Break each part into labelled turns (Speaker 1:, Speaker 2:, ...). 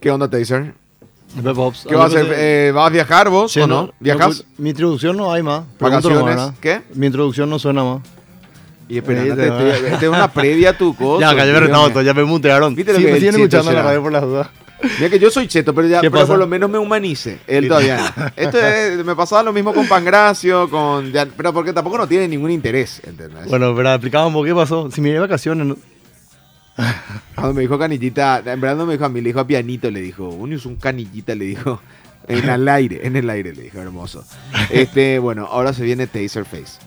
Speaker 1: ¿Qué onda, Taser?
Speaker 2: Bebop.
Speaker 1: ¿Qué vas a hacer? Eh, ¿Vas a viajar vos
Speaker 2: Sí,
Speaker 1: o
Speaker 2: no,
Speaker 1: no? ¿Viajas?
Speaker 2: no, mi introducción no hay más.
Speaker 1: ¿Vacaciones?
Speaker 2: Pregúntalo nomás, ¿no?
Speaker 1: ¿Qué?
Speaker 2: Mi introducción no suena más.
Speaker 1: Y espera,
Speaker 2: Mira,
Speaker 1: te,
Speaker 2: no.
Speaker 1: te- te- te una previa a tu cosa.
Speaker 2: ya, callé
Speaker 1: Dios mío.
Speaker 2: retado, todo, ya me mutearon. Sí,
Speaker 1: ¿Viste lo que
Speaker 2: me
Speaker 1: es
Speaker 2: siguen
Speaker 1: cheto
Speaker 2: escuchando en la
Speaker 1: será?
Speaker 2: radio por las dudas.
Speaker 1: Mira que yo soy cheto, pero ya
Speaker 2: ¿Qué
Speaker 1: pero
Speaker 2: pasa?
Speaker 1: por lo menos me humanice. Él todavía. no. Esto es- me pasaba lo mismo con Pangracio, con ya- pero porque tampoco no tiene ningún interés, ¿entendés?
Speaker 2: Bueno, pero explicaba un poco qué pasó. Si me llevé vacaciones, no-
Speaker 1: Cuando me dijo canillita, en verdad no me dijo a mí, le dijo a pianito, le dijo, un es un canillita, le dijo, en el aire, en el aire, le dijo, hermoso. Este, bueno, ahora se viene Taserface.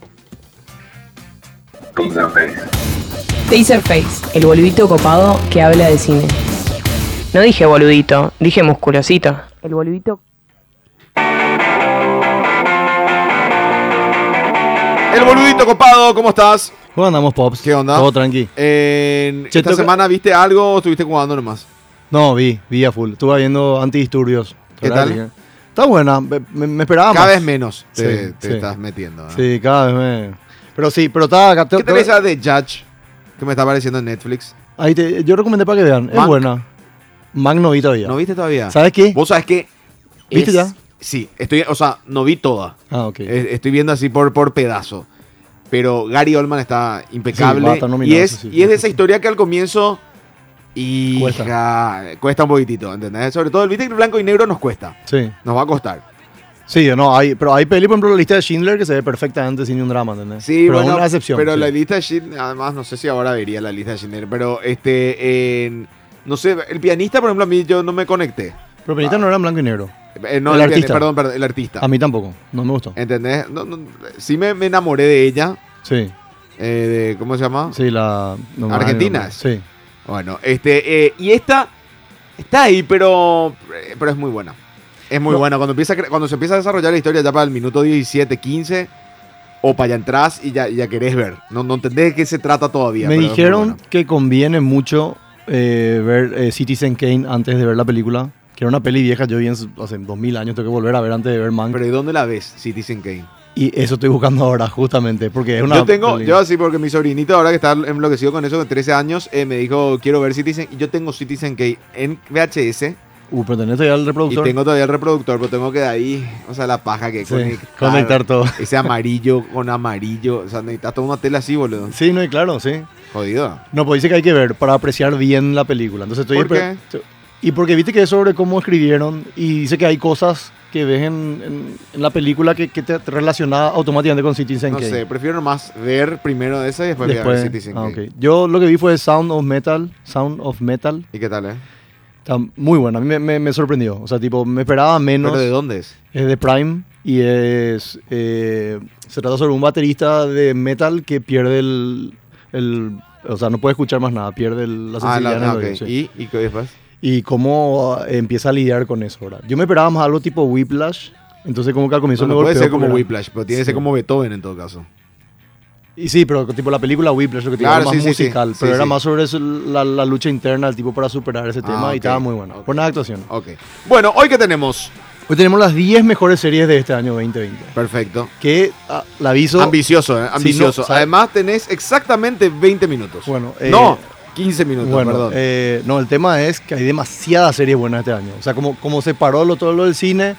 Speaker 3: Taserface, el boludito copado que habla de cine. No dije boludito, dije musculosito. El boludito.
Speaker 1: El boludito copado, ¿cómo estás?
Speaker 2: ¿Cómo andamos, Pops?
Speaker 1: ¿Qué onda?
Speaker 2: Todo tranqui.
Speaker 1: En-
Speaker 2: Che,
Speaker 1: ¿Esta
Speaker 2: toca-
Speaker 1: semana viste algo o estuviste jugando nomás?
Speaker 2: No, vi, vi a full. Estuve viendo antidisturbios.
Speaker 1: ¿Qué
Speaker 2: ¿Verdad?
Speaker 1: tal?
Speaker 2: Dije, Está buena, me, me- me esperaba
Speaker 1: Cada
Speaker 2: más.
Speaker 1: vez menos te,
Speaker 2: Sí,
Speaker 1: te
Speaker 2: sí.
Speaker 1: estás metiendo. ¿no?
Speaker 2: Sí, cada vez menos. Pero sí, pero estaba... acá-
Speaker 1: ¿Qué tal esa de Judge que me está apareciendo en Netflix?
Speaker 2: Ahí te, yo recomendé para que vean. Es
Speaker 1: Mank.
Speaker 2: buena. Mank no vi todavía.
Speaker 1: ¿No viste todavía?
Speaker 2: ¿Sabes qué?
Speaker 1: ¿Vos sabés que
Speaker 2: ¿Viste
Speaker 1: es-
Speaker 2: ya?
Speaker 1: Sí, estoy, o sea, no vi toda.
Speaker 2: Ah, ok.
Speaker 1: Eh, Estoy viendo así por, por pedazo. Pero Gary Oldman está
Speaker 2: Sí, va a
Speaker 1: impecable.
Speaker 2: estar
Speaker 1: y
Speaker 2: nominado,
Speaker 1: es,
Speaker 2: sí, sí.
Speaker 1: y es de esa historia que al comienzo. Y cuesta. un poquitito, ¿entendés? Sobre todo el viste que el blanco y negro nos cuesta.
Speaker 2: Sí.
Speaker 1: Nos va a costar.
Speaker 2: Sí, no, hay, pero hay peli, por ejemplo, la lista de Schindler que se ve perfectamente sin ni un drama, ¿entendés?
Speaker 1: Sí,
Speaker 2: pero
Speaker 1: bueno,
Speaker 2: una excepción.
Speaker 1: Pero
Speaker 2: sí.
Speaker 1: la lista de Schindler, además, no sé si ahora vería la lista de Schindler, pero este. en- no sé, el pianista, por ejemplo, a mí yo no me conecté.
Speaker 2: Pero Penita no era en blanco y negro.
Speaker 1: Eh, no,
Speaker 2: El
Speaker 1: el, pianista,
Speaker 2: artista.
Speaker 1: perdón, perdón, el artista.
Speaker 2: A mí tampoco, no me
Speaker 1: Eh.
Speaker 2: gustó.
Speaker 1: ¿Entendés? No, no, sí me, me enamoré de ella.
Speaker 2: Sí,
Speaker 1: eh, de- ¿Cómo se llama?
Speaker 2: sí, la... no me acuerdo
Speaker 1: Argentina.
Speaker 2: el nombre. Sí.
Speaker 1: Bueno, este, eh, y esta está ahí, pero, eh, pero es muy buena. Es muy
Speaker 2: No.
Speaker 1: buena. Cuando, empieza, a cre- cuando se empieza a desarrollar la historia ya para el minuto 17, 15, o para allá atrás y ya, ya querés ver. No, no entendés de qué se trata todavía.
Speaker 2: Me
Speaker 1: pero es muy
Speaker 2: dijeron
Speaker 1: buena.
Speaker 2: que conviene mucho eh, ver eh, Citizen Kane antes de ver la película, que era una peli vieja, yo vi en su- hace 2000 años, tengo que volver a ver antes de ver Mank.
Speaker 1: Pero ¿y dónde la ves, Citizen Kane?
Speaker 2: y eso estoy buscando ahora, justamente, porque es una...
Speaker 1: yo tengo,
Speaker 2: peli-
Speaker 1: yo así, porque mi sobrinito ahora que está enloquecido con eso, de 13 años, eh, me dijo, quiero ver Citizen. Y yo tengo Citizen Kane en VHS.
Speaker 2: Uh, pero tenés todavía el
Speaker 1: Y
Speaker 2: reproductor.
Speaker 1: tengo todavía el reproductor, pero tengo que de ahí, o sea, la paja que
Speaker 2: Sí, conectar todo.
Speaker 1: Ese amarillo con amarillo. O sea, necesitas toda una tela así, boludo.
Speaker 2: Sí, no, y claro, sí.
Speaker 1: Jodido.
Speaker 2: No, pues dice que hay que ver para apreciar bien la película. Entonces estoy
Speaker 1: ¿Por
Speaker 2: esper- Y porque viste que es sobre cómo escribieron y dice que hay cosas que ves en, en- en la película que, que te relaciona automáticamente con Citizen
Speaker 1: No
Speaker 2: Kane.
Speaker 1: sé, prefiero más ver primero esa y después, voy a ver
Speaker 2: Después-
Speaker 1: Citizen
Speaker 2: ah,
Speaker 1: Kane.
Speaker 2: ok. Yo lo que vi fue Sound of Metal. Sound of Metal.
Speaker 1: ¿Y qué tal, eh?
Speaker 2: Está muy buena. A mí me, me- me sorprendió. O sea, tipo, me esperaba menos.
Speaker 1: ¿Pero de dónde es?
Speaker 2: Es de Prime y es. eh, se trata sobre un baterista de metal que pierde el. el- o sea, no puede escuchar más nada, pierde el- la
Speaker 1: ah,
Speaker 2: sensibilidad en el
Speaker 1: ok.
Speaker 2: oído, sí.
Speaker 1: ¿Y, ¿Y qué después?
Speaker 2: y cómo ah, empieza a lidiar con eso, ¿verdad? Yo me esperaba más algo tipo Whiplash, entonces como que al comienzo
Speaker 1: No,
Speaker 2: me
Speaker 1: no puede
Speaker 2: golpeó
Speaker 1: ser como
Speaker 2: porque era-
Speaker 1: Whiplash, pero tiene que
Speaker 2: Sí.
Speaker 1: ser como Beethoven en todo caso.
Speaker 2: Y sí, pero tipo la película Whiplash, lo que te
Speaker 1: Claro,
Speaker 2: digo, era
Speaker 1: sí,
Speaker 2: más
Speaker 1: sí, sí.
Speaker 2: musical,
Speaker 1: Sí,
Speaker 2: pero era
Speaker 1: sí.
Speaker 2: más sobre eso, la, la lucha interna del tipo para superar ese
Speaker 1: Ah,
Speaker 2: tema
Speaker 1: ok,
Speaker 2: y estaba muy bueno.
Speaker 1: ok.
Speaker 2: Buena actuación.
Speaker 1: Ok. Bueno, hoy que tenemos.
Speaker 2: Hoy tenemos las 10 mejores series de este año 2020,
Speaker 1: Perfecto.
Speaker 2: que ah, la aviso...
Speaker 1: ambicioso, eh, ambicioso.
Speaker 2: no, sabe-
Speaker 1: Además, tenés exactamente 20 minutos.
Speaker 2: Bueno, eh,
Speaker 1: no, 15 minutos,
Speaker 2: Bueno,
Speaker 1: perdón.
Speaker 2: eh, no, el tema es que hay demasiadas series buenas este año. O sea, como, como se paró lo, todo lo del cine,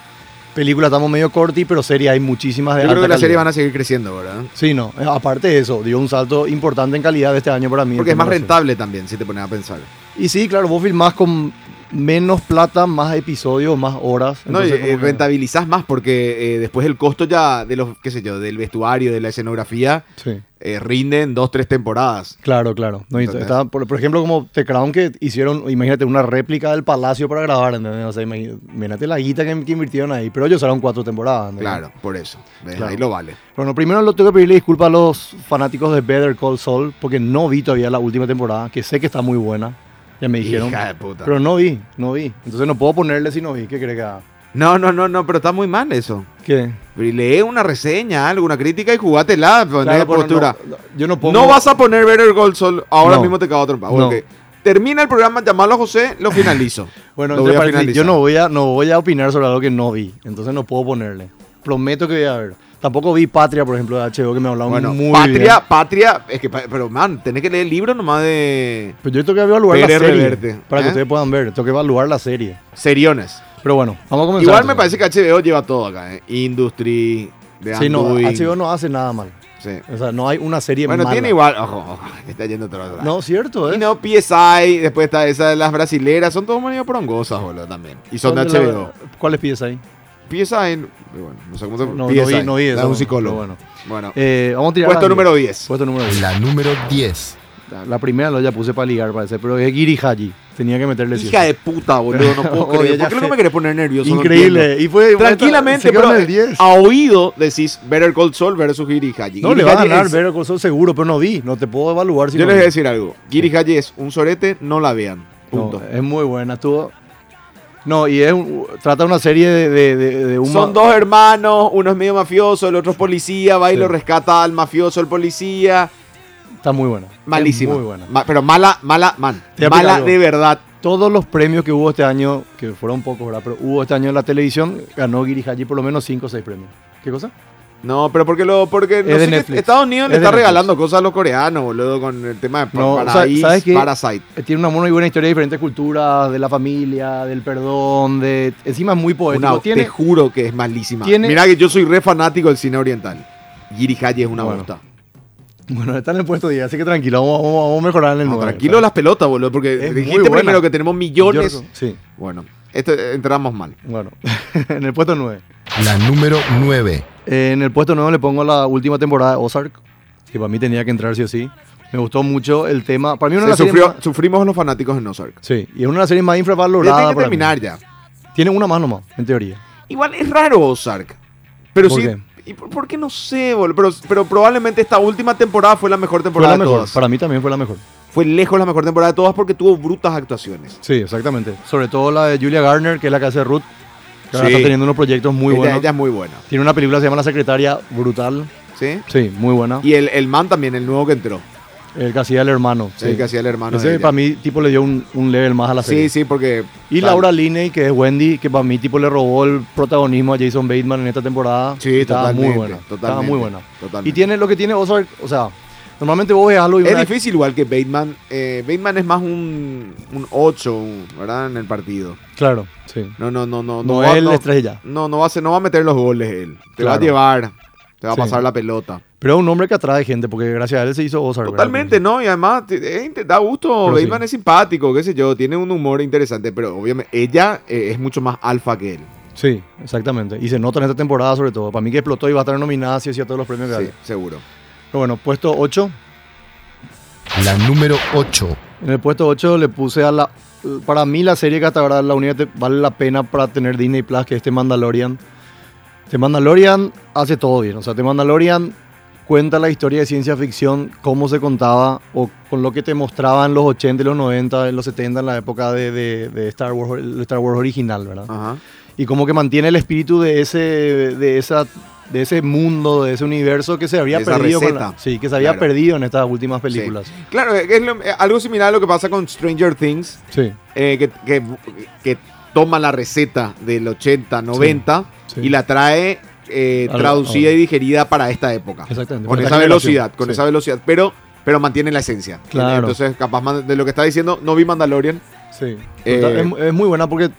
Speaker 2: película estamos medio corti, pero series hay muchísimas de
Speaker 1: Yo creo que las series
Speaker 2: calidad.
Speaker 1: van a seguir creciendo, ¿verdad?
Speaker 2: Sí, no. eh, Aparte de eso, dio un salto importante en calidad este año para mí.
Speaker 1: Porque es más
Speaker 2: Entonces,
Speaker 1: rentable también, si te pones a pensar.
Speaker 2: Y sí, claro, vos filmás con menos plata, más episodios, más horas.
Speaker 1: No, y,
Speaker 2: Entonces,
Speaker 1: eh,
Speaker 2: como que-
Speaker 1: rentabilizás más porque eh, después el costo ya de los, qué sé yo, del vestuario, de la escenografía,
Speaker 2: Sí.
Speaker 1: eh, rinden dos, tres temporadas.
Speaker 2: Claro, claro. No, y
Speaker 1: ¿Entendés?
Speaker 2: estaba, por, por ejemplo, como The Crown que hicieron, imagínate, una réplica del palacio para grabar, ¿entendés? O sea, imagi- imagínate la guita que, que invirtieron ahí. Pero ellos usaron cuatro temporadas, ¿entendés?
Speaker 1: Claro, por eso. ¿Ves?
Speaker 2: Claro.
Speaker 1: Ahí lo vale.
Speaker 2: Bueno, primero lo tengo que pedirle disculpas a los fanáticos de Better Call Saul, porque no vi todavía la última temporada, que sé que está muy buena. Ya me dijeron.
Speaker 1: Hija de puta.
Speaker 2: Pero no vi, no vi. Entonces no puedo ponerle si no vi. ¿Qué crees que haga?
Speaker 1: No, no, no, no, pero está muy mal eso.
Speaker 2: ¿Qué?
Speaker 1: Pero Lee una reseña, alguna crítica y jugátela, poné
Speaker 2: Claro, pero
Speaker 1: postura.
Speaker 2: Pues no- no, yo no
Speaker 1: No,
Speaker 2: pongo.
Speaker 1: vas a poner Better Gold Sol, ahora
Speaker 2: No.
Speaker 1: mismo te cago a trompa.
Speaker 2: No.
Speaker 1: Ok. Termina el programa, llamalo a José, lo finalizo.
Speaker 2: Bueno,
Speaker 1: Lo
Speaker 2: entre
Speaker 1: voy a
Speaker 2: paréntesis,
Speaker 1: finalizar.
Speaker 2: yo no voy a, no voy a opinar sobre algo que no vi. Entonces no puedo ponerle. Prometo que voy a ver. Tampoco vi Patria, por ejemplo, de HBO, que me hablaban
Speaker 1: Bueno,
Speaker 2: muy
Speaker 1: Patria,
Speaker 2: bien.
Speaker 1: Patria, es que, pa- pero man, tenés que leer el libro nomás de
Speaker 2: Pero Pues yo tengo que evaluar
Speaker 1: Pérez
Speaker 2: la serie.
Speaker 1: Reverte,
Speaker 2: Para que
Speaker 1: ¿eh?
Speaker 2: ustedes puedan ver. Tengo que evaluar la serie.
Speaker 1: seriones.
Speaker 2: Pero bueno, vamos a comenzar.
Speaker 1: Igual me
Speaker 2: entonces.
Speaker 1: parece que HBO lleva todo acá, ¿eh? Industry, de
Speaker 2: Sí, no,
Speaker 1: Anduin,
Speaker 2: HBO no hace nada mal.
Speaker 1: sí.
Speaker 2: O sea, no hay una serie
Speaker 1: Bueno,
Speaker 2: mala.
Speaker 1: tiene igual, ojo, ojo, está yendo todo atrás.
Speaker 2: No, cierto, ¿eh?
Speaker 1: Y no, PSI, después está esa de las brasileras, son todos medio prongosas, boludo, también. Y son de
Speaker 2: ¿Cuál la-
Speaker 1: HBO.
Speaker 2: ¿Cuál es PSI?
Speaker 1: PSI, bueno, no sé cómo se
Speaker 2: No, no vi, no vi
Speaker 1: es
Speaker 2: eso,
Speaker 1: un psicólogo.
Speaker 2: pero
Speaker 1: Bueno.
Speaker 2: bueno. Eh, vamos a tirar
Speaker 1: Puesto
Speaker 2: la-
Speaker 1: número 10.
Speaker 2: Puesto número 10.
Speaker 4: La número 10.
Speaker 2: La, la primera lo ya puse para ligar, parece, pero es Giri Haji. Tenía que meterle
Speaker 1: Hija de puta, boludo, no puedo
Speaker 2: Oye,
Speaker 1: creer.
Speaker 2: ya
Speaker 1: ¿Por qué no
Speaker 2: sé.
Speaker 1: me querés poner nervioso? No entiendo.
Speaker 2: Increíble. Y fue
Speaker 1: Tranquilamente,
Speaker 2: se quedó
Speaker 1: pero ah,
Speaker 2: en el 10.
Speaker 1: a oído decís Better Call Saul versus Giri Haji.
Speaker 2: No
Speaker 1: Giri
Speaker 2: le va a
Speaker 1: Haji
Speaker 2: ganar
Speaker 1: es-
Speaker 2: Better Call Saul seguro, pero no vi. No te puedo evaluar si
Speaker 1: Yo
Speaker 2: no
Speaker 1: les voy a
Speaker 2: vi.
Speaker 1: decir algo. Giri Haji es un sorete, no la vean.
Speaker 2: No, eh,
Speaker 1: Punto.
Speaker 2: es muy buena, estuvo. No, y es un- trata una serie de, de, de- de un
Speaker 1: Son
Speaker 2: ma-
Speaker 1: dos hermanos, uno es medio mafioso, el otro es policía, va y
Speaker 2: Sí.
Speaker 1: lo rescata al mafioso, el policía.
Speaker 2: Está muy buena. Es
Speaker 1: Malísima.
Speaker 2: Muy buena.
Speaker 1: Ma- pero mala, mala, man.
Speaker 2: Te voy a explicar
Speaker 1: Mala
Speaker 2: algo.
Speaker 1: de verdad.
Speaker 2: Todos los premios que hubo este año, que fueron pocos, ¿verdad? Pero hubo este año en la televisión, ganó Giri Haji por lo menos 5 o 6 premios. ¿Qué cosa?
Speaker 1: No, pero porque lo, porque no
Speaker 2: de
Speaker 1: sé qué-
Speaker 2: Netflix.
Speaker 1: Estados Unidos le
Speaker 2: Es de
Speaker 1: está
Speaker 2: Netflix.
Speaker 1: regalando cosas a los coreanos, boludo, con el tema de
Speaker 2: No,
Speaker 1: Paradise,
Speaker 2: ¿sabes- sabes qué?
Speaker 1: Parasite.
Speaker 2: Eh, Tiene una muy buena historia de diferentes culturas, de la familia, del perdón, de. Encima es muy poético.
Speaker 1: Una-
Speaker 2: tiene,
Speaker 1: Te juro que es malísima.
Speaker 2: tiene-
Speaker 1: Mirá que yo soy re fanático del cine oriental. Giri Haji es una
Speaker 2: Bueno,
Speaker 1: bosta.
Speaker 2: Bueno, está en el puesto 10, así que tranquilo, vamos, vamos- vamos a mejorar en el
Speaker 1: No,
Speaker 2: nueve,
Speaker 1: Ah, tranquilo
Speaker 2: ¿verdad?
Speaker 1: las pelotas, boludo, porque
Speaker 2: Es muy
Speaker 1: dijiste
Speaker 2: buena.
Speaker 1: primero que tenemos millones.
Speaker 2: Yorko, Sí,
Speaker 1: Bueno, este, entramos mal.
Speaker 2: bueno, en el puesto 9.
Speaker 4: La número 9.
Speaker 2: en el puesto 9 le pongo la última temporada de Ozark, que para mí tenía que entrar sí o sí. Me gustó mucho el tema. Para mí una de
Speaker 1: Se
Speaker 2: las series
Speaker 1: sufrió-
Speaker 2: más-
Speaker 1: sufrimos los fanáticos en Ozark.
Speaker 2: Sí, y es una de las series más
Speaker 1: Ya
Speaker 2: infravaloradas.
Speaker 1: tiene que
Speaker 2: para mí.
Speaker 1: terminar ya.
Speaker 2: Tiene una más nomás, en teoría.
Speaker 1: Igual es raro Ozark. Pero
Speaker 2: ¿Por
Speaker 1: sí.
Speaker 2: qué?
Speaker 1: ¿y por, por qué no sé, boludo? Pero, pero probablemente esta última temporada fue la mejor
Speaker 2: Fue
Speaker 1: temporada
Speaker 2: la
Speaker 1: de
Speaker 2: mejor.
Speaker 1: todas.
Speaker 2: Para mí también fue la mejor.
Speaker 1: Fue lejos la mejor temporada de todas porque tuvo brutas actuaciones.
Speaker 2: Sí, exactamente. Sobre todo la de Julia Garner, que es la que hace Ruth. Que ahora
Speaker 1: Sí.
Speaker 2: está teniendo unos proyectos muy
Speaker 1: ella,
Speaker 2: buenos.
Speaker 1: ella es muy buena.
Speaker 2: Tiene una película que se llama La Secretaria, brutal.
Speaker 1: ¿sí?
Speaker 2: Sí, muy buena.
Speaker 1: Y el, el man también, el nuevo que entró.
Speaker 2: El que hacía el hermano.
Speaker 1: El que hacía el hermano
Speaker 2: Ese
Speaker 1: de ella.
Speaker 2: para mí, tipo, le dio un, un level más a la
Speaker 1: Sí,
Speaker 2: serie.
Speaker 1: sí, porque.
Speaker 2: Y Laura Linney, que es Wendy, que para mí, tipo, le robó el protagonismo a Jason Bateman en esta temporada.
Speaker 1: Sí,
Speaker 2: Estaba
Speaker 1: totalmente.
Speaker 2: muy buena. Estaba
Speaker 1: totalmente,
Speaker 2: muy buena.
Speaker 1: totalmente.
Speaker 2: Y tiene lo que tiene Ozark, o sea, normalmente vos ves algo y
Speaker 1: Es
Speaker 2: una-
Speaker 1: difícil igual que Bateman. eh, Bateman es más un, un 8, ¿verdad? En el partido.
Speaker 2: Claro, sí.
Speaker 1: No, no, no, no.
Speaker 2: No,
Speaker 1: va-
Speaker 2: es la estrella.
Speaker 1: No, no va, a ser- no va a meter los goles él. Te va a
Speaker 2: Claro.
Speaker 1: llevar. Te va a
Speaker 2: Sí.
Speaker 1: pasar la pelota.
Speaker 2: Pero es un hombre que atrae gente, porque gracias a él se hizo Ozark. ¿verdad?
Speaker 1: Totalmente, ¿no? Y además, te- eh, te da gusto.
Speaker 2: Pero
Speaker 1: Bateman
Speaker 2: sí.
Speaker 1: es simpático, qué sé yo. Tiene un humor interesante, pero obviamente ella eh, es mucho más alfa que él.
Speaker 2: Sí, exactamente. Y se nota en esta temporada, sobre todo. Para mí que explotó y va a estar nominada, sí, o sí, a todos los premios que
Speaker 1: Sí,
Speaker 2: hay.
Speaker 1: seguro.
Speaker 2: Pero bueno, puesto 8.
Speaker 4: La número 8.
Speaker 2: En el puesto 8 le puse a la. Para mí, la serie que hasta ahora la única que te- vale la pena para tener Disney Plus, que es The Mandalorian. The Mandalorian hace todo bien. O sea, The Mandalorian cuenta la historia de ciencia ficción, cómo se contaba, o con lo que te mostraban los 80 y los 90, en los 70, en la época de, de- de Star, Wars, el Star Wars original, ¿verdad?
Speaker 1: Ajá.
Speaker 2: y como que mantiene el espíritu de ese de esa de ese mundo de ese universo que se había
Speaker 1: De esa
Speaker 2: perdido con la-
Speaker 1: receta.
Speaker 2: sí que se había
Speaker 1: Claro.
Speaker 2: perdido en estas últimas películas
Speaker 1: Sí. Claro, es lo- eh, algo similar a lo que pasa con Stranger Things,
Speaker 2: sí
Speaker 1: eh, que, que, que toma la receta del 80, 90
Speaker 2: sí.
Speaker 1: y la trae eh,
Speaker 2: Al-
Speaker 1: traducida y
Speaker 2: ahora.
Speaker 1: digerida para esta época.
Speaker 2: Ah, Exactamente,
Speaker 1: Con
Speaker 2: para
Speaker 1: esa
Speaker 2: esta
Speaker 1: velocidad,
Speaker 2: generación,
Speaker 1: con
Speaker 2: sí.
Speaker 1: esa velocidad, pero, pero mantiene la esencia.
Speaker 2: Claro.
Speaker 1: Entonces, capaz man- de lo que está diciendo, no vi Mandalorian.
Speaker 2: sí.
Speaker 1: Eh,
Speaker 2: Total, es, es muy buena porque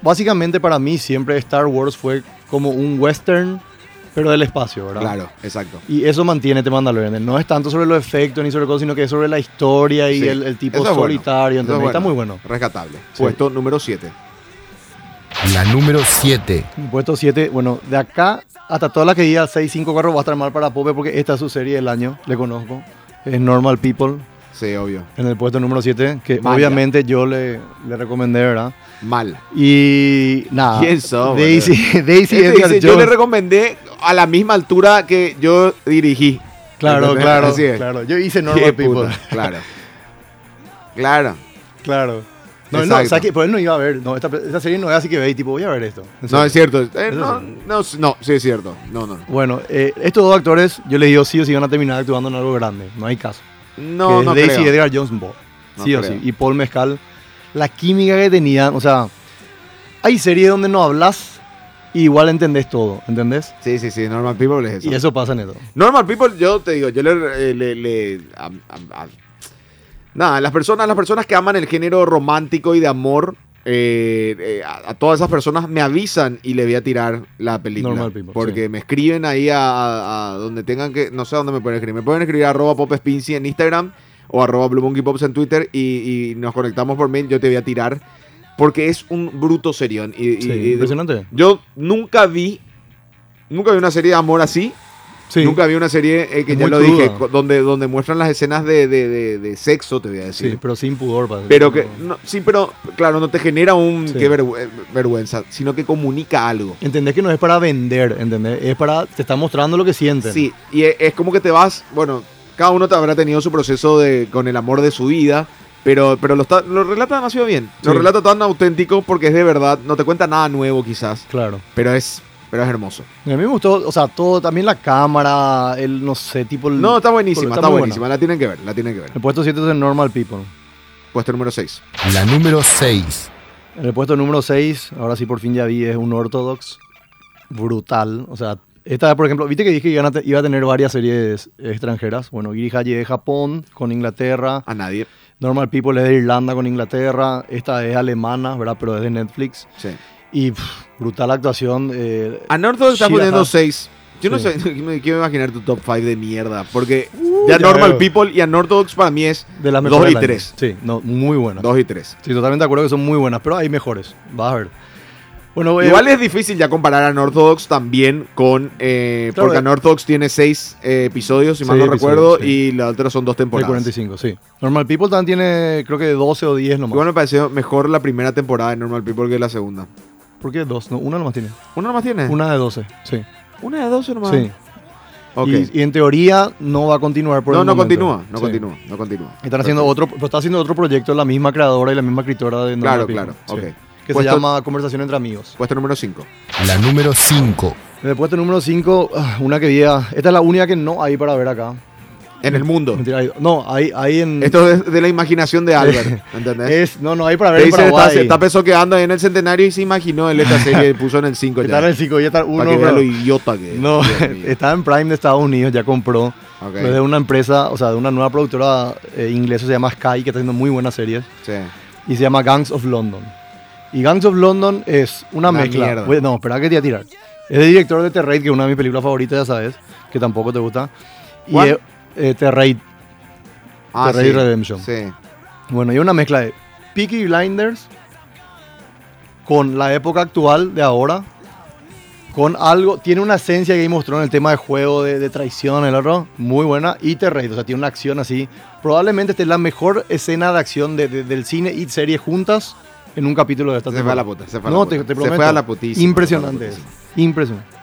Speaker 2: básicamente para mí siempre Star Wars fue como un western pero del espacio verdad
Speaker 1: Claro, exacto.
Speaker 2: y eso mantiene The Mandalorian. No es tanto sobre los efectos ni sobre cosas, sino que es sobre la historia y
Speaker 1: Sí.
Speaker 2: el, el tipo
Speaker 1: Eso es bueno.
Speaker 2: solitario.
Speaker 1: Eso es
Speaker 2: ¿entendés? Está muy bueno.
Speaker 1: Rescatable.
Speaker 2: Sí.
Speaker 1: Puesto número 7.
Speaker 4: La número 7.
Speaker 2: Mi puesto 7, bueno, de acá hasta todas las que diga 6, 5, 4 va a estar mal para Pope porque esta es su serie del año, le conozco. Es Normal People,
Speaker 1: Sí, obvio.
Speaker 2: en el puesto número 7, que
Speaker 1: Mala.
Speaker 2: obviamente yo le, le recomendé, ¿verdad?
Speaker 1: Mal.
Speaker 2: Y nada.
Speaker 1: ¿Quién sos,
Speaker 2: Daisy, Daisy
Speaker 1: Este
Speaker 2: Edgar
Speaker 1: dice, yo le
Speaker 2: Jones.
Speaker 1: recomendé a la misma altura que yo dirigí.
Speaker 2: Claro,
Speaker 1: Entonces,
Speaker 2: claro,
Speaker 1: así es.
Speaker 2: claro. Yo hice
Speaker 1: Qué
Speaker 2: Normal People.
Speaker 1: puta, Claro. Claro.
Speaker 2: Claro. No, él no,
Speaker 1: Exacto.
Speaker 2: ¿sabes qué? Pero él no iba a ver. No, esta, esta serie no es así que ve y tipo, voy a ver esto. En
Speaker 1: No,
Speaker 2: serio.
Speaker 1: es cierto. Eh,
Speaker 2: Eso
Speaker 1: no,
Speaker 2: sí.
Speaker 1: no, no, sí es cierto. No, no.
Speaker 2: Bueno, eh, estos dos actores, yo les digo sí o sí van a terminar actuando en algo grande. No hay caso.
Speaker 1: No,
Speaker 2: que
Speaker 1: no
Speaker 2: es Daisy
Speaker 1: creo.
Speaker 2: Edgar Jones Bo.
Speaker 1: No
Speaker 2: sí o
Speaker 1: creo.
Speaker 2: sí. Y Paul Mezcal. La química que tenían, o sea, hay series donde no hablas, y igual entendés todo, ¿entendés?
Speaker 1: Sí, sí, sí, Normal People es eso.
Speaker 2: Y eso pasa en esto.
Speaker 1: Normal People, yo te digo, yo le... eh, le- le- a- a- a- nada, las personas, las personas que aman el género romántico y de amor, eh, eh, a, a todas esas personas me avisan y le voy a tirar la película.
Speaker 2: Normal People,
Speaker 1: porque me escriben ahí a, a- a donde tengan que... No sé a dónde me pueden escribir. Me pueden escribir a arroba popespinci en Instagram o arroba Blue Monkey Pops en Twitter y, y nos conectamos por mail, yo te voy a tirar. Porque es un bruto serión. Y, y-
Speaker 2: Sí,
Speaker 1: y-
Speaker 2: impresionante.
Speaker 1: yo nunca vi... Nunca vi una serie de amor así.
Speaker 2: Sí.
Speaker 1: Nunca vi una serie eh, que
Speaker 2: Es
Speaker 1: ya
Speaker 2: muy
Speaker 1: lo
Speaker 2: cruda.
Speaker 1: dije, co- donde, donde muestran las escenas de, de- de- de sexo, te voy a
Speaker 2: Sí,
Speaker 1: decir.
Speaker 2: pero sin pudor. parece.
Speaker 1: pero que, no, sí, pero claro, no te genera un
Speaker 2: Sí.
Speaker 1: qué vergü- eh, vergüenza, sino que comunica algo.
Speaker 2: Entendés que no es para vender, ¿entendés? Es para, te está mostrando lo que sienten.
Speaker 1: Sí, y e- es, como que te vas, bueno, cada uno te habrá tenido su proceso de, con el amor de su vida, pero, pero lo, está- lo relata demasiado bien. Lo
Speaker 2: Sí.
Speaker 1: relata tan auténtico porque es de verdad, no te cuenta nada nuevo quizás,
Speaker 2: Claro.
Speaker 1: pero es, pero es hermoso.
Speaker 2: Y a mí me gustó, o sea, todo, también la cámara, el, no sé, tipo... el-
Speaker 1: No, está buenísima,
Speaker 2: Mm. Está
Speaker 1: está,
Speaker 2: muy buena.
Speaker 1: buenísima, la tienen que ver, la tienen que ver.
Speaker 2: En el puesto 7 es el Normal People.
Speaker 1: Puesto número 6.
Speaker 4: La número 6.
Speaker 2: En el puesto número 6, ahora sí por fin ya vi, es un Orthodox brutal. O sea, esta, por ejemplo, viste que dije que iban a te- iba a tener varias series extranjeras. Bueno, Giri Halle de Japón con Inglaterra.
Speaker 1: A nadie.
Speaker 2: Normal People es de Irlanda con Inglaterra. Esta es alemana, ¿verdad? Pero es de Netflix.
Speaker 1: Sí.
Speaker 2: Y pff, brutal actuación. eh,
Speaker 1: A Norton está
Speaker 2: Sí,
Speaker 1: poniendo
Speaker 2: ajá.
Speaker 1: 6. Yo no
Speaker 2: Sí.
Speaker 1: sé, me quiero imaginar tu top 5 de mierda. Porque ya
Speaker 2: ya
Speaker 1: Normal
Speaker 2: veo.
Speaker 1: People y Unorthodox para mí es
Speaker 2: de las
Speaker 1: 2
Speaker 2: mejores.
Speaker 1: y
Speaker 2: del año.
Speaker 1: 3.
Speaker 2: Sí, no, muy buenas.
Speaker 1: 2 y 3.
Speaker 2: Sí, totalmente de acuerdo que son muy buenas, pero hay mejores. Vas a ver. Bueno, eh,
Speaker 1: Igual es difícil ya comparar a Unorthodox también con. eh,
Speaker 2: Claro,
Speaker 1: porque
Speaker 2: eh.
Speaker 1: Unorthodox tiene 6 episodios, si mal
Speaker 2: Seis
Speaker 1: no
Speaker 2: episodios,
Speaker 1: recuerdo,
Speaker 2: sí.
Speaker 1: y la otra son 2
Speaker 2: de
Speaker 1: temporadas.
Speaker 2: 45, sí. Normal People también tiene, creo que 12 o 10 nomás.
Speaker 1: Igual me pareció mejor la primera temporada de Normal People que la segunda.
Speaker 2: ¿Por qué dos? No, una nomás tiene.
Speaker 1: ¿Una nomás tiene?
Speaker 2: Una de 12, sí.
Speaker 1: Una de dos nomás.
Speaker 2: sí.
Speaker 1: Ok.
Speaker 2: Y, y en teoría no va a continuar por
Speaker 1: no,
Speaker 2: el
Speaker 1: no
Speaker 2: momento.
Speaker 1: continúa, no
Speaker 2: Sí.
Speaker 1: continúa, no continúa.
Speaker 2: Están haciendo otro, pero está haciendo otro proyecto la misma creadora y la misma escritora de
Speaker 1: Claro,
Speaker 2: Normal People,
Speaker 1: claro,
Speaker 2: sí.
Speaker 1: ok.
Speaker 2: Que
Speaker 1: Puesto-
Speaker 2: se llama Conversación entre amigos.
Speaker 1: Puesto número 5.
Speaker 4: La número 5.
Speaker 2: En el puesto número 5, una que vi, ah, esta es la única que no hay para ver acá.
Speaker 1: En el mundo.
Speaker 2: Mentira, hay- no, hay, hay en...
Speaker 1: Esto es de la imaginación de Albert, ¿entendés?
Speaker 2: es, no, no, hay para
Speaker 1: Te
Speaker 2: ver en
Speaker 1: dice, está,
Speaker 2: Eh, Paraguay.
Speaker 1: está peso quedando ahí en el centenario y se imaginó él esta serie y puso en el 5
Speaker 2: Está en
Speaker 1: ya.
Speaker 2: el 5 y está uno.
Speaker 1: para que vea
Speaker 2: pero-
Speaker 1: lo idiota que es.
Speaker 2: No,
Speaker 1: Dios mío.
Speaker 2: está en Prime de Estados Unidos, ya compró.
Speaker 1: Ok,
Speaker 2: Pero es de una empresa, o sea, de una nueva productora eh, inglesa, se llama Sky, que está haciendo muy buenas series.
Speaker 1: sí.
Speaker 2: y se llama Gangs of London. Y Gangs of London es una,
Speaker 1: Una
Speaker 2: mezcla.
Speaker 1: mierda.
Speaker 2: Oye, no, espera que te voy a tirar. Es de director de The Raid, que es una de mis películas favoritas, ya sabes, que tampoco te gusta. Y
Speaker 1: ¿Cuál?
Speaker 2: es, eh, The Raid. The Red Redemption.
Speaker 1: Ah, Sí.
Speaker 2: Bueno, y es una mezcla de Peaky Blinders con la época actual de ahora. Con algo, tiene una esencia que ahí mostró en el tema de juego, de, de traición, el otro, muy buena. Y The Raid, o sea, tiene una acción así. Probablemente esta es la mejor escena de acción de- de- del cine y serie juntas en un capítulo de esta
Speaker 1: Se fue a la
Speaker 2: temporada.
Speaker 1: puta, se fue a la
Speaker 2: No,
Speaker 1: puta.
Speaker 2: te, te
Speaker 1: Se
Speaker 2: prometo.
Speaker 1: fue a la putísima.
Speaker 2: Impresionante
Speaker 1: se fue a la putísima.
Speaker 2: eso, Impresionante.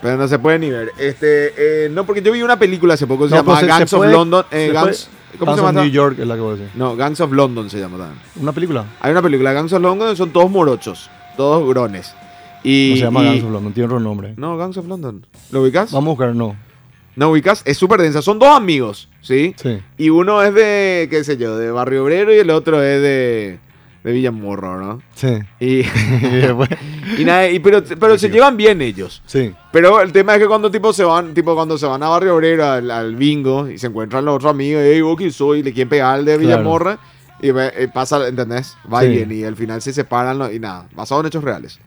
Speaker 1: Pero no se puede ni ver. Este, eh, no, porque yo vi una película hace poco, se
Speaker 2: No,
Speaker 1: llama
Speaker 2: pues se- se
Speaker 1: Gangs of
Speaker 2: puede-
Speaker 1: London. eh,
Speaker 2: se
Speaker 1: Gangs, ¿Cómo se
Speaker 2: Gangs of
Speaker 1: llama?
Speaker 2: New York es la que voy a decir.
Speaker 1: No, Gangs of London se llama también.
Speaker 2: Una película.
Speaker 1: Hay una película, Gangs of London, son todos morochos, todos grones. Y,
Speaker 2: No se llama
Speaker 1: y-
Speaker 2: Gangs of London, tiene otro nombre.
Speaker 1: No, Gangs of London. ¿Lo ubicas?
Speaker 2: Vamos a buscar, no.
Speaker 1: ¿No ubicas? Es súper densa. Son dos amigos, ¿sí?
Speaker 2: Sí.
Speaker 1: Y uno es de, qué sé yo, de Barrio Obrero y el otro es de, de Villamorro, ¿no?
Speaker 2: Sí.
Speaker 1: Y,
Speaker 2: Y después-
Speaker 1: y nada, y- pero, pero se llevan bien ellos.
Speaker 2: sí.
Speaker 1: Pero el tema es que cuando tipo se van, tipo cuando se van a Barrio Obrero al, al bingo y se encuentran los otros amigos, hey, vos quién soy, le quieren pegar al de Villamorra. Y ve- eh, pasa, ¿entendés? Va y
Speaker 2: Sí.
Speaker 1: viene y al final se separan lo- y nada, basado en hechos reales.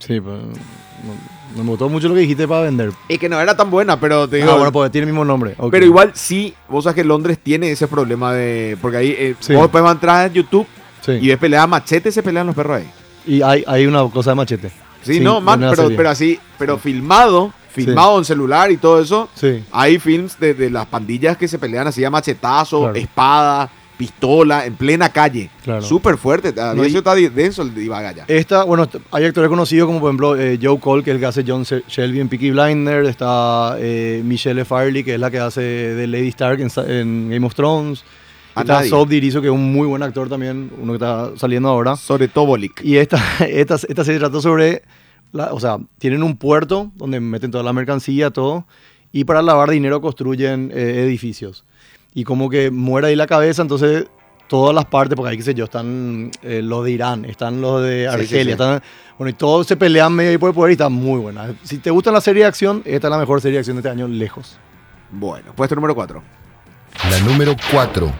Speaker 2: Sí, pero no, no me gustó mucho lo que dijiste para vender.
Speaker 1: Es que no era tan buena, pero te digo,
Speaker 2: ah, bueno, porque tiene el mismo nombre. ok.
Speaker 1: Pero igual sí, vos sabes que Londres tiene ese problema de. Porque ahí eh,
Speaker 2: Sí.
Speaker 1: vos después vas a entrar a YouTube
Speaker 2: Sí.
Speaker 1: y ves pelea machete, se pelean los perros ahí.
Speaker 2: Y hay, hay una cosa de machete.
Speaker 1: Sí, no, man,
Speaker 2: en la
Speaker 1: pero,
Speaker 2: serie.
Speaker 1: pero así, pero filmado, filmado en celular y todo eso.
Speaker 2: Sí.
Speaker 1: Hay films de, de las pandillas que se pelean así a machetazo,
Speaker 2: Claro.
Speaker 1: espada, pistola, en plena calle.
Speaker 2: Claro.
Speaker 1: Súper fuerte. A
Speaker 2: No,
Speaker 1: veces
Speaker 2: y-
Speaker 1: está di- denso el divaga ya.
Speaker 2: Esta, bueno, est- hay actores conocidos como por ejemplo eh, Joe Cole, que es el que hace John Se- Shelby en Peaky Blinder. Está eh, Michelle Farley, que es la que hace de Lady Stark en, Sa- en Game of Thrones.
Speaker 1: A
Speaker 2: está
Speaker 1: nadie.
Speaker 2: Sob Dirizo, que es un muy buen actor también, uno que está saliendo ahora.
Speaker 1: Sobre Tobolik.
Speaker 2: Y esta, esta, esta serie trató sobre, la- o sea, tienen un puerto donde meten toda la mercancía, todo, y para lavar dinero construyen eh, edificios. Y como que muere ahí la cabeza, entonces todas las partes, porque ahí, qué sé yo, están eh, los de Irán, están los
Speaker 1: Sí,
Speaker 2: de
Speaker 1: sí,
Speaker 2: Argelia,
Speaker 1: sí.
Speaker 2: están- bueno, y todos se pelean medio ahí por el poder y está muy buena. Si te gustan las series de acción, esta es la mejor serie de acción de este año, lejos.
Speaker 1: Bueno, puesto número 4.
Speaker 4: La número 4.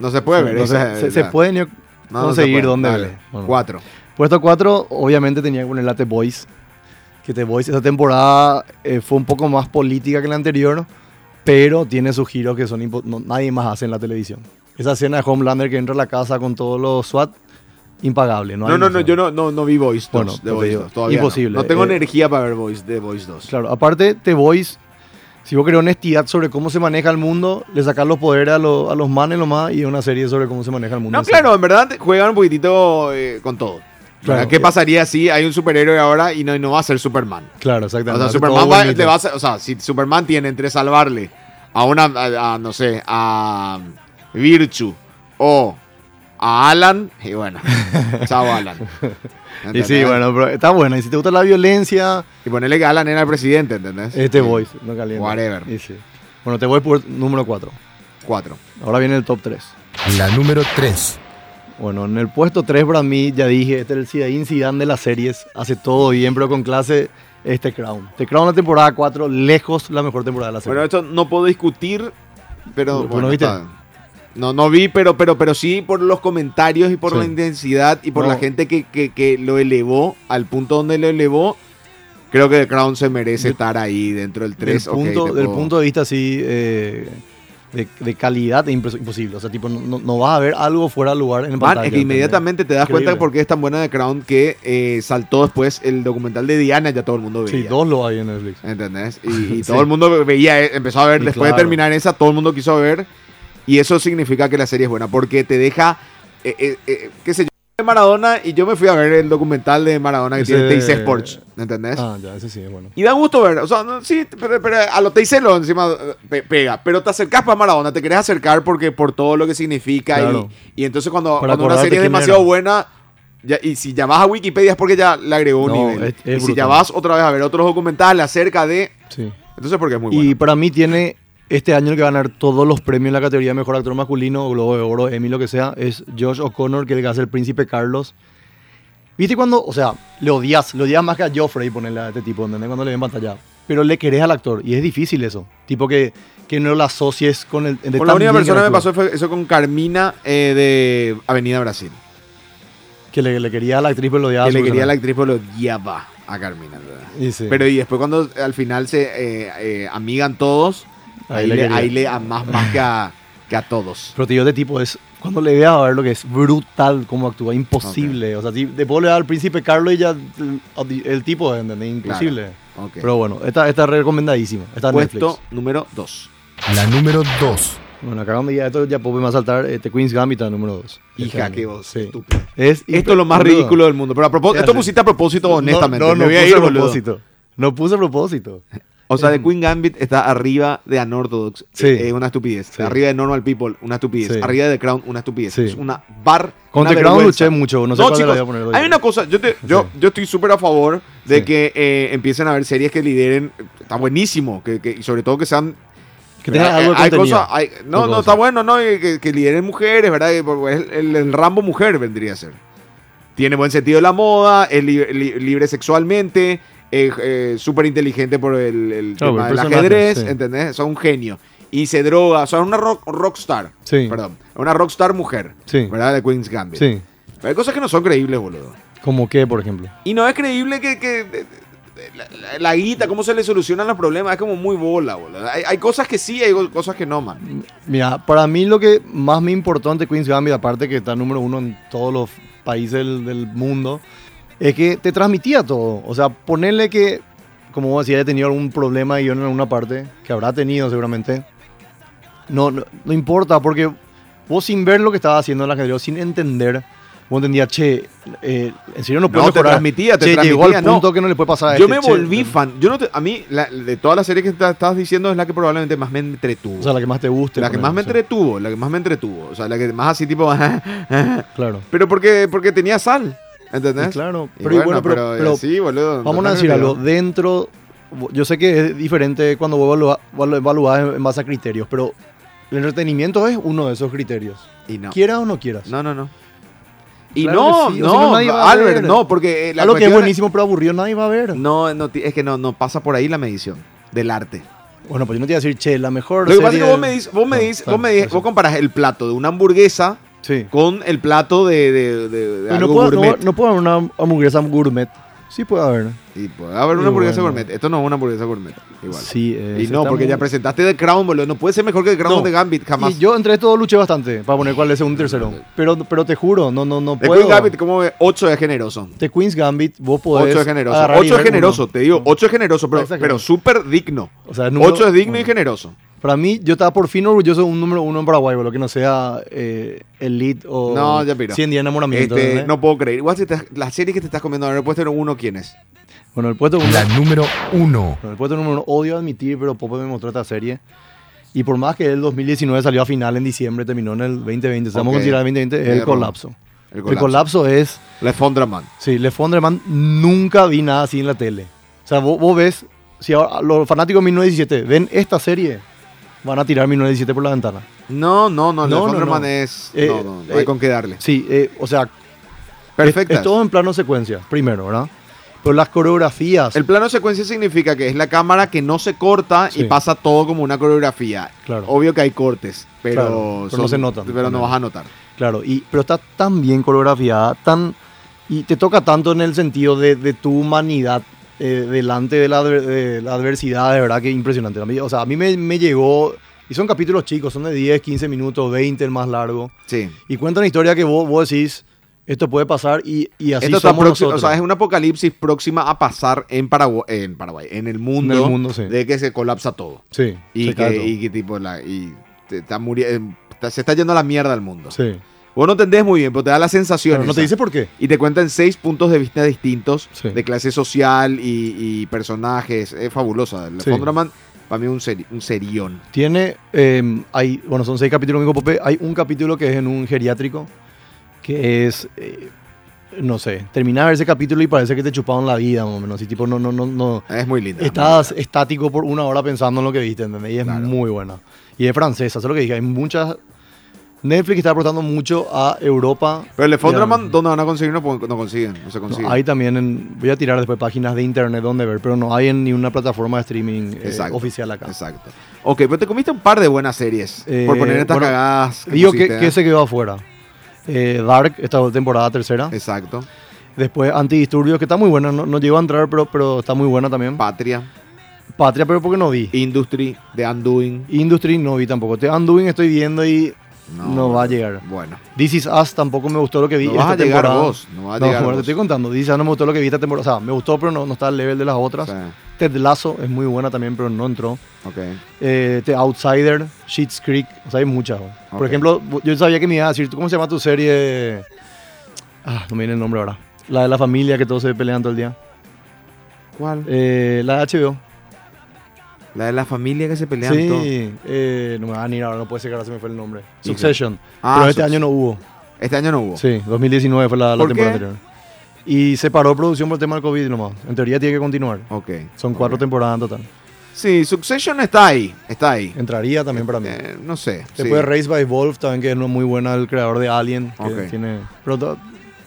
Speaker 1: No se puede ver.
Speaker 2: No
Speaker 1: esa
Speaker 2: se,
Speaker 1: es
Speaker 2: se- se
Speaker 1: la-
Speaker 2: puede ni
Speaker 1: No, no
Speaker 2: conseguir
Speaker 1: se puede.
Speaker 2: dónde
Speaker 1: Dale,
Speaker 2: ver. Bueno.
Speaker 1: Cuatro.
Speaker 2: Puesto 4, obviamente tenía que poner la The Voice. Que The Voice esta temporada eh, fue un poco más política que la anterior, pero tiene sus giros que son impo- no- nadie más hace en la televisión. Esa escena de Homelander que entra a la casa con todos los SWAT, impagable. No,
Speaker 1: No, no, no, yo no, no, no vi Voice 2.
Speaker 2: Bueno,
Speaker 1: de
Speaker 2: lo
Speaker 1: Voice
Speaker 2: digo,
Speaker 1: 2, todavía no.
Speaker 2: imposible.
Speaker 1: No, tengo
Speaker 2: Eh,
Speaker 1: energía para ver Voice, de Voice 2.
Speaker 2: Claro, aparte The Voice, si vos querés honestidad sobre cómo se maneja el mundo, le sacás los poderes a, lo- a los manes nomás y es una serie sobre cómo se maneja el mundo.
Speaker 1: No,
Speaker 2: en
Speaker 1: claro, en verdad juegan un poquitito eh, con todo.
Speaker 2: Claro,
Speaker 1: ¿Qué
Speaker 2: eh.
Speaker 1: pasaría si hay un superhéroe ahora y no, no va a ser Superman?
Speaker 2: Claro,
Speaker 1: O
Speaker 2: exactamente.
Speaker 1: sea,
Speaker 2: hace
Speaker 1: Superman
Speaker 2: todo
Speaker 1: va-
Speaker 2: bonito.
Speaker 1: le va a hacer- o sea, si Superman tiene entre salvarle a una, a, a, no sé, a Virtue o a Alan, y bueno, chao Alan.
Speaker 2: Y
Speaker 1: ¿Entendés?
Speaker 2: sí, bueno, pero está buena. Y si te gusta la violencia,
Speaker 1: Y ponerle que Alan era el presidente, ¿entendés?
Speaker 2: Este Voice, no calienta.
Speaker 1: Whatever.
Speaker 2: Y sí. Bueno, te voy por número 4.
Speaker 1: Cuatro.
Speaker 2: Ahora viene el top 3.
Speaker 4: La número 3.
Speaker 2: Bueno, en el puesto 3 para mí, ya dije, este es el Zidane Zidane de las series. Hace todo bien, pero con clase este Crown. Este Crown la temporada 4, lejos la mejor temporada de la serie.
Speaker 1: Bueno, esto no puedo discutir, pero
Speaker 2: ¿Tú
Speaker 1: bueno,
Speaker 2: no viste?
Speaker 1: está. No, no vi, pero, pero, pero sí por los comentarios y por
Speaker 2: Sí.
Speaker 1: la intensidad y por
Speaker 2: No.
Speaker 1: la gente que, que- que lo elevó al punto donde lo elevó. Creo que The Crown se merece
Speaker 2: Yo-
Speaker 1: estar ahí dentro del 3.
Speaker 2: del, punto, del punto de vista así eh, de, de calidad es impres- imposible. O sea, tipo, no, no vas a ver algo fuera de lugar en pantalla.
Speaker 1: es que
Speaker 2: ¿entendés?
Speaker 1: inmediatamente te das cuenta
Speaker 2: Increíble.
Speaker 1: de por qué es tan buena The Crown que eh, saltó después el documental de Diana, ya todo el mundo veía.
Speaker 2: Sí, dos lo hay en Netflix.
Speaker 1: ¿Entendés? Y, y
Speaker 2: Sí.
Speaker 1: todo el mundo veía, eh, empezó a ver,
Speaker 2: Y
Speaker 1: después
Speaker 2: claro.
Speaker 1: de terminar esa, todo el mundo quiso ver. Y eso significa que la serie es buena, porque te deja, eh, eh, eh, qué sé yo, de Maradona, y yo me fui a ver el documental de Maradona que
Speaker 2: Ese-
Speaker 1: tiene TIC Sports, ¿entendés?
Speaker 2: Ah, ya, ese sí es bueno.
Speaker 1: Y da gusto ver, o sea, no, sí, pero, pero a lo TIC lo encima eh, pe- pega, pero te acercás para Maradona, te querés acercar porque por todo lo que significa, y-
Speaker 2: Claro.
Speaker 1: y, entonces cuando,
Speaker 2: Para
Speaker 1: cuando una
Speaker 2: acordarte
Speaker 1: serie es
Speaker 2: quién
Speaker 1: demasiado
Speaker 2: era.
Speaker 1: buena... ya- y si ya vas a Wikipedia es porque ya le agregó un
Speaker 2: No,
Speaker 1: nivel.
Speaker 2: es- es
Speaker 1: y si ya
Speaker 2: brutal.
Speaker 1: vas otra vez a ver otros documentales acerca de
Speaker 2: Sí.
Speaker 1: entonces, porque es muy
Speaker 2: Y
Speaker 1: bueno.
Speaker 2: para mí tiene este año el que va a ganar todos los premios en la categoría de Mejor Actor Masculino, Globo de Oro, Emmy, lo que sea, es Josh O'Connor, que le hace el príncipe Carlos. ¿Viste cuando, o sea, le odias, le odias más que a Joffrey ponerle a este tipo, ¿entendés? Cuando le ven pantalla. Pero le querés al actor, y es difícil eso. Tipo que, que no lo asocies con el... de
Speaker 1: Con
Speaker 2: tan
Speaker 1: la única
Speaker 2: bien que
Speaker 1: persona que me
Speaker 2: actúa.
Speaker 1: pasó fue eso con Carmina eh, de Avenida Brasil.
Speaker 2: Que le, le quería a la actriz, pero lo odiaba.
Speaker 1: Que le
Speaker 2: su
Speaker 1: quería a la
Speaker 2: personaje.
Speaker 1: actriz, pero lo odiaba a Carmina, ¿verdad?
Speaker 2: Y sí.
Speaker 1: Pero y después cuando al final se eh, eh, amigan todos, ahí,
Speaker 2: Ahí le
Speaker 1: le,
Speaker 2: quería.
Speaker 1: ahí le amas más que a, que a todos.
Speaker 2: Pero te digo, este tipo es. Cuando le veas a ver lo que es brutal cómo actúa, imposible. O sea, ti- te puedo le dar al príncipe Carlos y ya el, el tipo, ¿entendés? Imposible.
Speaker 1: Ok.
Speaker 2: Pero bueno, esta está recomendadísima. Está en
Speaker 1: Puesto
Speaker 2: Netflix.
Speaker 1: número 2.
Speaker 4: La número 2.
Speaker 2: Bueno, acá donde ya esto ya Pope me va a saltar este Queen's Gambit al número 2.
Speaker 1: Hija, que vos, estúpido.
Speaker 2: Es
Speaker 1: Esto es lo más
Speaker 2: boludo.
Speaker 1: ridículo del mundo. Pero a propósito,
Speaker 2: ¿Qué
Speaker 1: esto
Speaker 2: hace?
Speaker 1: pusiste a propósito,
Speaker 2: No,
Speaker 1: honestamente.
Speaker 2: No, no,
Speaker 1: Me voy a
Speaker 2: puse
Speaker 1: ir,
Speaker 2: a
Speaker 1: boludo.
Speaker 2: propósito. No puse a propósito.
Speaker 1: O sea, The Queen Gambit está arriba de Unorthodox.
Speaker 2: Em. Sí.
Speaker 1: Es una estupidez.
Speaker 2: Sí.
Speaker 1: Arriba de Normal People, una estupidez.
Speaker 2: Sí.
Speaker 1: Arriba de The Crown, una estupidez.
Speaker 2: Sí.
Speaker 1: Es una bar.
Speaker 2: Con
Speaker 1: una
Speaker 2: The Crown
Speaker 1: vergüenza.
Speaker 2: luché mucho. No sé cuál le voy a poner hoy.
Speaker 1: hay una cosa. Yo, te- yo, yo estoy súper a favor de
Speaker 2: Sí.
Speaker 1: que eh, empiecen a haber series que lideren. Está buenísimo. Que, que- y sobre todo que sean.
Speaker 2: Que tenga
Speaker 1: eh,
Speaker 2: algo de
Speaker 1: hay
Speaker 2: contenido.
Speaker 1: cosas, hay- no,
Speaker 2: Algo
Speaker 1: no,
Speaker 2: de
Speaker 1: está
Speaker 2: eso.
Speaker 1: bueno, ¿no? Y Que, que lideren mujeres, ¿verdad? Y por- El, el- el Rambo mujer vendría a ser. Tiene buen sentido de la moda, es li- li- libre sexualmente, es súper inteligente por el, el tema
Speaker 2: Claro, Oh, el
Speaker 1: del
Speaker 2: personaje,
Speaker 1: ajedrez,
Speaker 2: sí.
Speaker 1: ¿entendés? Son un genio. Y se droga, son una rock, rockstar.
Speaker 2: Sí.
Speaker 1: Perdón, una rockstar mujer,
Speaker 2: Sí.
Speaker 1: ¿verdad? De Queen's Gambit.
Speaker 2: Sí.
Speaker 1: Pero hay cosas que no son creíbles, boludo.
Speaker 2: ¿Como qué, por ejemplo?
Speaker 1: Y no es creíble que, que- de- de- de- la, la- la guita, cómo se le solucionan los problemas, es como muy bola, boludo. Hay, hay cosas que sí, hay go- cosas que no, man.
Speaker 2: Mira, para mí lo que más me importó ante Queen's Gambit, aparte que está número uno en todos los países del, del mundo, es que te transmitía todo. O sea, ponerle que, como vos decías, haya tenido algún problema de guión en alguna parte, que habrá tenido seguramente, no, no, no importa, porque vos sin ver lo que estaba haciendo el anterior, sin entender, vos entendías, che, eh, en serio no puedo
Speaker 1: No, te
Speaker 2: mejorar.
Speaker 1: transmitía, te
Speaker 2: Che, llegó al
Speaker 1: transmitía, no.
Speaker 2: punto que no le puede pasar a
Speaker 1: Yo
Speaker 2: este,
Speaker 1: me
Speaker 2: che,
Speaker 1: volví
Speaker 2: ¿entendés?
Speaker 1: fan. Yo no te- a mí, la- de todas las series que está- estabas diciendo, es la que probablemente más me entretuvo.
Speaker 2: O sea, la que más te guste.
Speaker 1: la que
Speaker 2: ponele,
Speaker 1: más me
Speaker 2: sí,
Speaker 1: entretuvo, la que más me entretuvo. O sea, la que más así tipo...
Speaker 2: Claro.
Speaker 1: pero porque, porque tenía sal,
Speaker 2: Y
Speaker 1: ¿entendés?
Speaker 2: claro,
Speaker 1: Y
Speaker 2: pero, y bueno, pero, pero-
Speaker 1: sí, boludo.
Speaker 2: Vamos a
Speaker 1: totalmente,
Speaker 2: decir algo,
Speaker 1: ¿no?
Speaker 2: dentro, yo sé que es diferente cuando vos evalúas en base a criterios, pero El entretenimiento es uno de esos criterios.
Speaker 1: Y no.
Speaker 2: Quieras o no quieras.
Speaker 1: No, no, no. Y
Speaker 2: Claro
Speaker 1: no,
Speaker 2: que sí, o si no,
Speaker 1: no,
Speaker 2: nadie va a
Speaker 1: Albert,
Speaker 2: ver.
Speaker 1: no, porque eh, la
Speaker 2: Algo que es
Speaker 1: cuestión-
Speaker 2: buenísimo pero aburrido nadie va a ver.
Speaker 1: No, no, ti- es que no, no pasa por ahí la medición del arte.
Speaker 2: Bueno, pues yo no te iba a decir, che, la mejor
Speaker 1: Lo que pasa es
Speaker 2: serie
Speaker 1: que vos
Speaker 2: del-
Speaker 1: me dices, vos me
Speaker 2: No,
Speaker 1: dices,
Speaker 2: claro,
Speaker 1: vos me dices,
Speaker 2: claro.
Speaker 1: vos comparás el plato de una hamburguesa
Speaker 2: Sí.
Speaker 1: con el plato de, de, de, de algo
Speaker 2: Y Pues no, puedo, no,
Speaker 1: gourmet.
Speaker 2: no puedo haber una hamburguesa gourmet. Sí puede haber.
Speaker 1: Y puede haber
Speaker 2: Y
Speaker 1: una hamburguesa
Speaker 2: bueno.
Speaker 1: gourmet. Esto no es una hamburguesa gourmet. Igual.
Speaker 2: Sí, eh,
Speaker 1: y
Speaker 2: se
Speaker 1: no,
Speaker 2: está
Speaker 1: porque ya
Speaker 2: muy-
Speaker 1: presentaste The Crown, boludo. No puede ser mejor que The Crown
Speaker 2: No.
Speaker 1: de Gambit, jamás.
Speaker 2: Y yo entre todos luché bastante para poner cuál es un tercero. Pero, pero te juro, no, no, no
Speaker 1: The
Speaker 2: puedo.
Speaker 1: Queen Gambit, como 8 es generoso.
Speaker 2: The Queen's Gambit, vos podés.
Speaker 1: 8 es generoso.
Speaker 2: agarrar y
Speaker 1: 8 es
Speaker 2: ver uno.
Speaker 1: generoso, te digo. 8 es generoso, pero,
Speaker 2: Exacto.
Speaker 1: pero súper digno.
Speaker 2: O sea, número
Speaker 1: 8 es digno y
Speaker 2: uno.
Speaker 1: generoso.
Speaker 2: Para mí, yo estaba por fin orgulloso de un número uno en Paraguay, lo que no sea eh, Elite o
Speaker 1: No, ya pira.
Speaker 2: 100 días de enamoramiento.
Speaker 1: Este,
Speaker 2: ¿entendés?
Speaker 1: no puedo creer. Igual si te- la serie que te estás comiendo ahora, puedes tener uno, ¿quién es?
Speaker 2: Bueno, el puesto uno.
Speaker 4: La número 1.
Speaker 2: Bueno, el puesto número uno, odio admitir, pero Pope me mostró esta serie. Y por más que el 2019 salió a final en diciembre, terminó en el 2020, si vamos
Speaker 1: Ok.
Speaker 2: a considerar el 2020,
Speaker 1: Error.
Speaker 2: el colapso.
Speaker 1: El
Speaker 2: El colapso es
Speaker 1: Le Fondraman.
Speaker 2: Sí, Le Fonderman nunca vi nada así en la tele. O sea, vos, vos ves, si ahora los fanáticos de 1917 ven esta serie, van a tirar 1917 por la ventana.
Speaker 1: No, no, no. Le
Speaker 2: No, no,
Speaker 1: Fondraman
Speaker 2: no.
Speaker 1: es.
Speaker 2: Eh,
Speaker 1: no, no, no hay
Speaker 2: eh,
Speaker 1: con qué darle.
Speaker 2: Sí, eh, o sea,
Speaker 1: Perfecta.
Speaker 2: Es, es todo en plano secuencia, primero, ¿verdad? Pero las coreografías,
Speaker 1: El plano secuencia significa que es la cámara que no se corta y
Speaker 2: Sí.
Speaker 1: pasa todo como una coreografía.
Speaker 2: Claro.
Speaker 1: Obvio que hay cortes, pero,
Speaker 2: Claro, pero no se notan.
Speaker 1: Pero no vas a notar.
Speaker 2: claro, y, pero está tan bien coreografiada, tan, y te toca tanto en el sentido de, de tu humanidad eh, delante de la, adver- de la adversidad, de verdad que impresionante. A mí- O sea, a mí me, me llegó, y son capítulos chicos, son de 10, 15 minutos, 20 el más largo.
Speaker 1: Sí.
Speaker 2: y cuenta una historia que vos, vos decís, esto puede pasar y, y así
Speaker 1: Esto está
Speaker 2: somos
Speaker 1: próximo, o
Speaker 2: nosotros.
Speaker 1: sea, es un apocalipsis próxima a pasar en Paraguay, en, Paraguay, en el mundo,
Speaker 2: En el mundo, sí.
Speaker 1: de que se colapsa todo.
Speaker 2: Sí,
Speaker 1: Y
Speaker 2: se cae
Speaker 1: que,
Speaker 2: todo.
Speaker 1: y que tipo la, y te- está muri- eh, está- se está yendo a la mierda al mundo.
Speaker 2: Sí.
Speaker 1: Vos no entendés muy bien, pero te da la sensación.
Speaker 2: Pero no
Speaker 1: esa.
Speaker 2: te dice por qué.
Speaker 1: Y te cuentan seis puntos de vista distintos
Speaker 2: Sí.
Speaker 1: de clase social y, y personajes. Es fabulosa. El
Speaker 2: Sí.
Speaker 1: Fondraman, para mí, un, seri- un serión.
Speaker 2: Tiene, eh, hay, bueno, son seis capítulos, amigo Pope. Hay un capítulo que es en un geriátrico, que es, eh, no sé, termina de ver ese capítulo y parece que te chuparon la vida, más o menos. Y tipo, no, no, no, no.
Speaker 1: Es muy linda.
Speaker 2: Estás estático por una hora pensando en lo que viste, ¿entendés? Y es
Speaker 1: Claro.
Speaker 2: muy buena. Y es francesa, eso es lo que dije. Hay muchas... Netflix está aportando mucho a Europa.
Speaker 1: Pero el de
Speaker 2: y a-
Speaker 1: Fondraman, ¿dónde van a conseguir? No, pon- no consiguen. No se
Speaker 2: No,
Speaker 1: consiguen.
Speaker 2: hay también, en- voy a tirar después páginas de internet donde ver, pero no hay en ni una plataforma de streaming eh,
Speaker 1: Exacto,
Speaker 2: oficial acá.
Speaker 1: Exacto. Ok, pero te comiste un par de buenas series.
Speaker 2: Eh,
Speaker 1: por poner estas
Speaker 2: bueno,
Speaker 1: cagadas. que
Speaker 2: Digo que,
Speaker 1: pusiste,
Speaker 2: que
Speaker 1: ¿eh?
Speaker 2: se quedó afuera. Eh, Dark, esta temporada tercera.
Speaker 1: ¿eh? Exacto.
Speaker 2: Después Antidisturbios, que está muy buena, no, no llegó a entrar, pero, pero está muy buena también.
Speaker 1: Patria.
Speaker 2: Patria, pero porque no vi.
Speaker 1: Industry. The Undoing.
Speaker 2: Industry no vi tampoco. The Undoing estoy viendo y no va a llegar.
Speaker 1: Bueno.
Speaker 2: This Is Us tampoco me gustó lo que vi
Speaker 1: No
Speaker 2: esta
Speaker 1: vas a llegar
Speaker 2: temporada.
Speaker 1: vos, no vas a
Speaker 2: No,
Speaker 1: llegar
Speaker 2: bueno, te
Speaker 1: vos.
Speaker 2: estoy contando. This Is Us no me gustó lo que vi esta temporada. O sea, me gustó, pero no, no está al level de las
Speaker 1: O
Speaker 2: otras.
Speaker 1: sea,
Speaker 2: Ted Lasso es muy buena también, pero no entró.
Speaker 1: ok.
Speaker 2: eh, The Outsider, Sheets Creek, o sea, hay muchas. güey.
Speaker 1: Ok.
Speaker 2: Por ejemplo, yo sabía que me iba a decir, ¿cómo se llama tu serie? Ah, no me viene el nombre ahora. La de la familia que todos se pelean todo el día.
Speaker 1: ¿Cuál?
Speaker 2: Eh, la de HBO.
Speaker 1: La de la familia que se pelean. todo.
Speaker 2: sí, eh, no me van a ir ahora, no puede ser que ahora se me fue el nombre.
Speaker 1: Hijo.
Speaker 2: Succession.
Speaker 1: Ah,
Speaker 2: Pero este
Speaker 1: Suc-
Speaker 2: año no hubo.
Speaker 1: Este año no hubo.
Speaker 2: Sí, 2019 fue la, la
Speaker 1: ¿Por
Speaker 2: temporada
Speaker 1: qué?
Speaker 2: anterior. Y se paró producción por el tema del COVID nomás. En teoría tiene que continuar.
Speaker 1: Ok.
Speaker 2: Son cuatro
Speaker 1: ok.
Speaker 2: temporadas en total.
Speaker 1: Sí, Succession está ahí. Está ahí.
Speaker 2: Entraría también para mí.
Speaker 1: Eh, no sé. sí.
Speaker 2: Después Race by Wolf también, que es muy buena, el creador de Alien. Que
Speaker 1: Ok.
Speaker 2: tiene, pero to-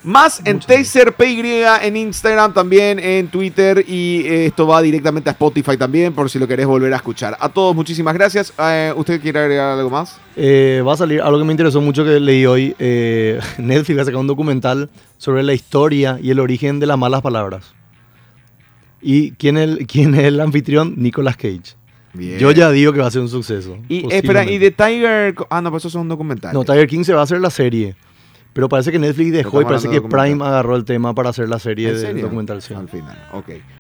Speaker 1: Más en Taser PY en Instagram también, en Twitter y eh, esto va directamente a Spotify también por si lo querés volver a escuchar. A todos muchísimas gracias. Eh, ¿Usted quiere agregar algo más?
Speaker 2: eh, va a salir algo que me interesó mucho que leí hoy. eh, Netflix va a sacar un documental sobre la historia y el origen de las malas palabras. ¿Y quién es el, quién es el anfitrión? Nicolas Cage.
Speaker 1: Bien.
Speaker 2: Yo ya digo que va a ser un suceso.
Speaker 1: Y eh, espera, y
Speaker 2: posiblemente.
Speaker 1: de Tiger... Co- Ah, no, pues eso es un documental.
Speaker 2: No, Tiger King se va a hacer la serie. Pero parece que Netflix dejó y
Speaker 1: estamos
Speaker 2: parece
Speaker 1: hablando de
Speaker 2: que
Speaker 1: documental.
Speaker 2: Prime agarró el tema para hacer la serie
Speaker 1: ¿En
Speaker 2: del
Speaker 1: serio?
Speaker 2: documental. sí.
Speaker 1: Al final, ok.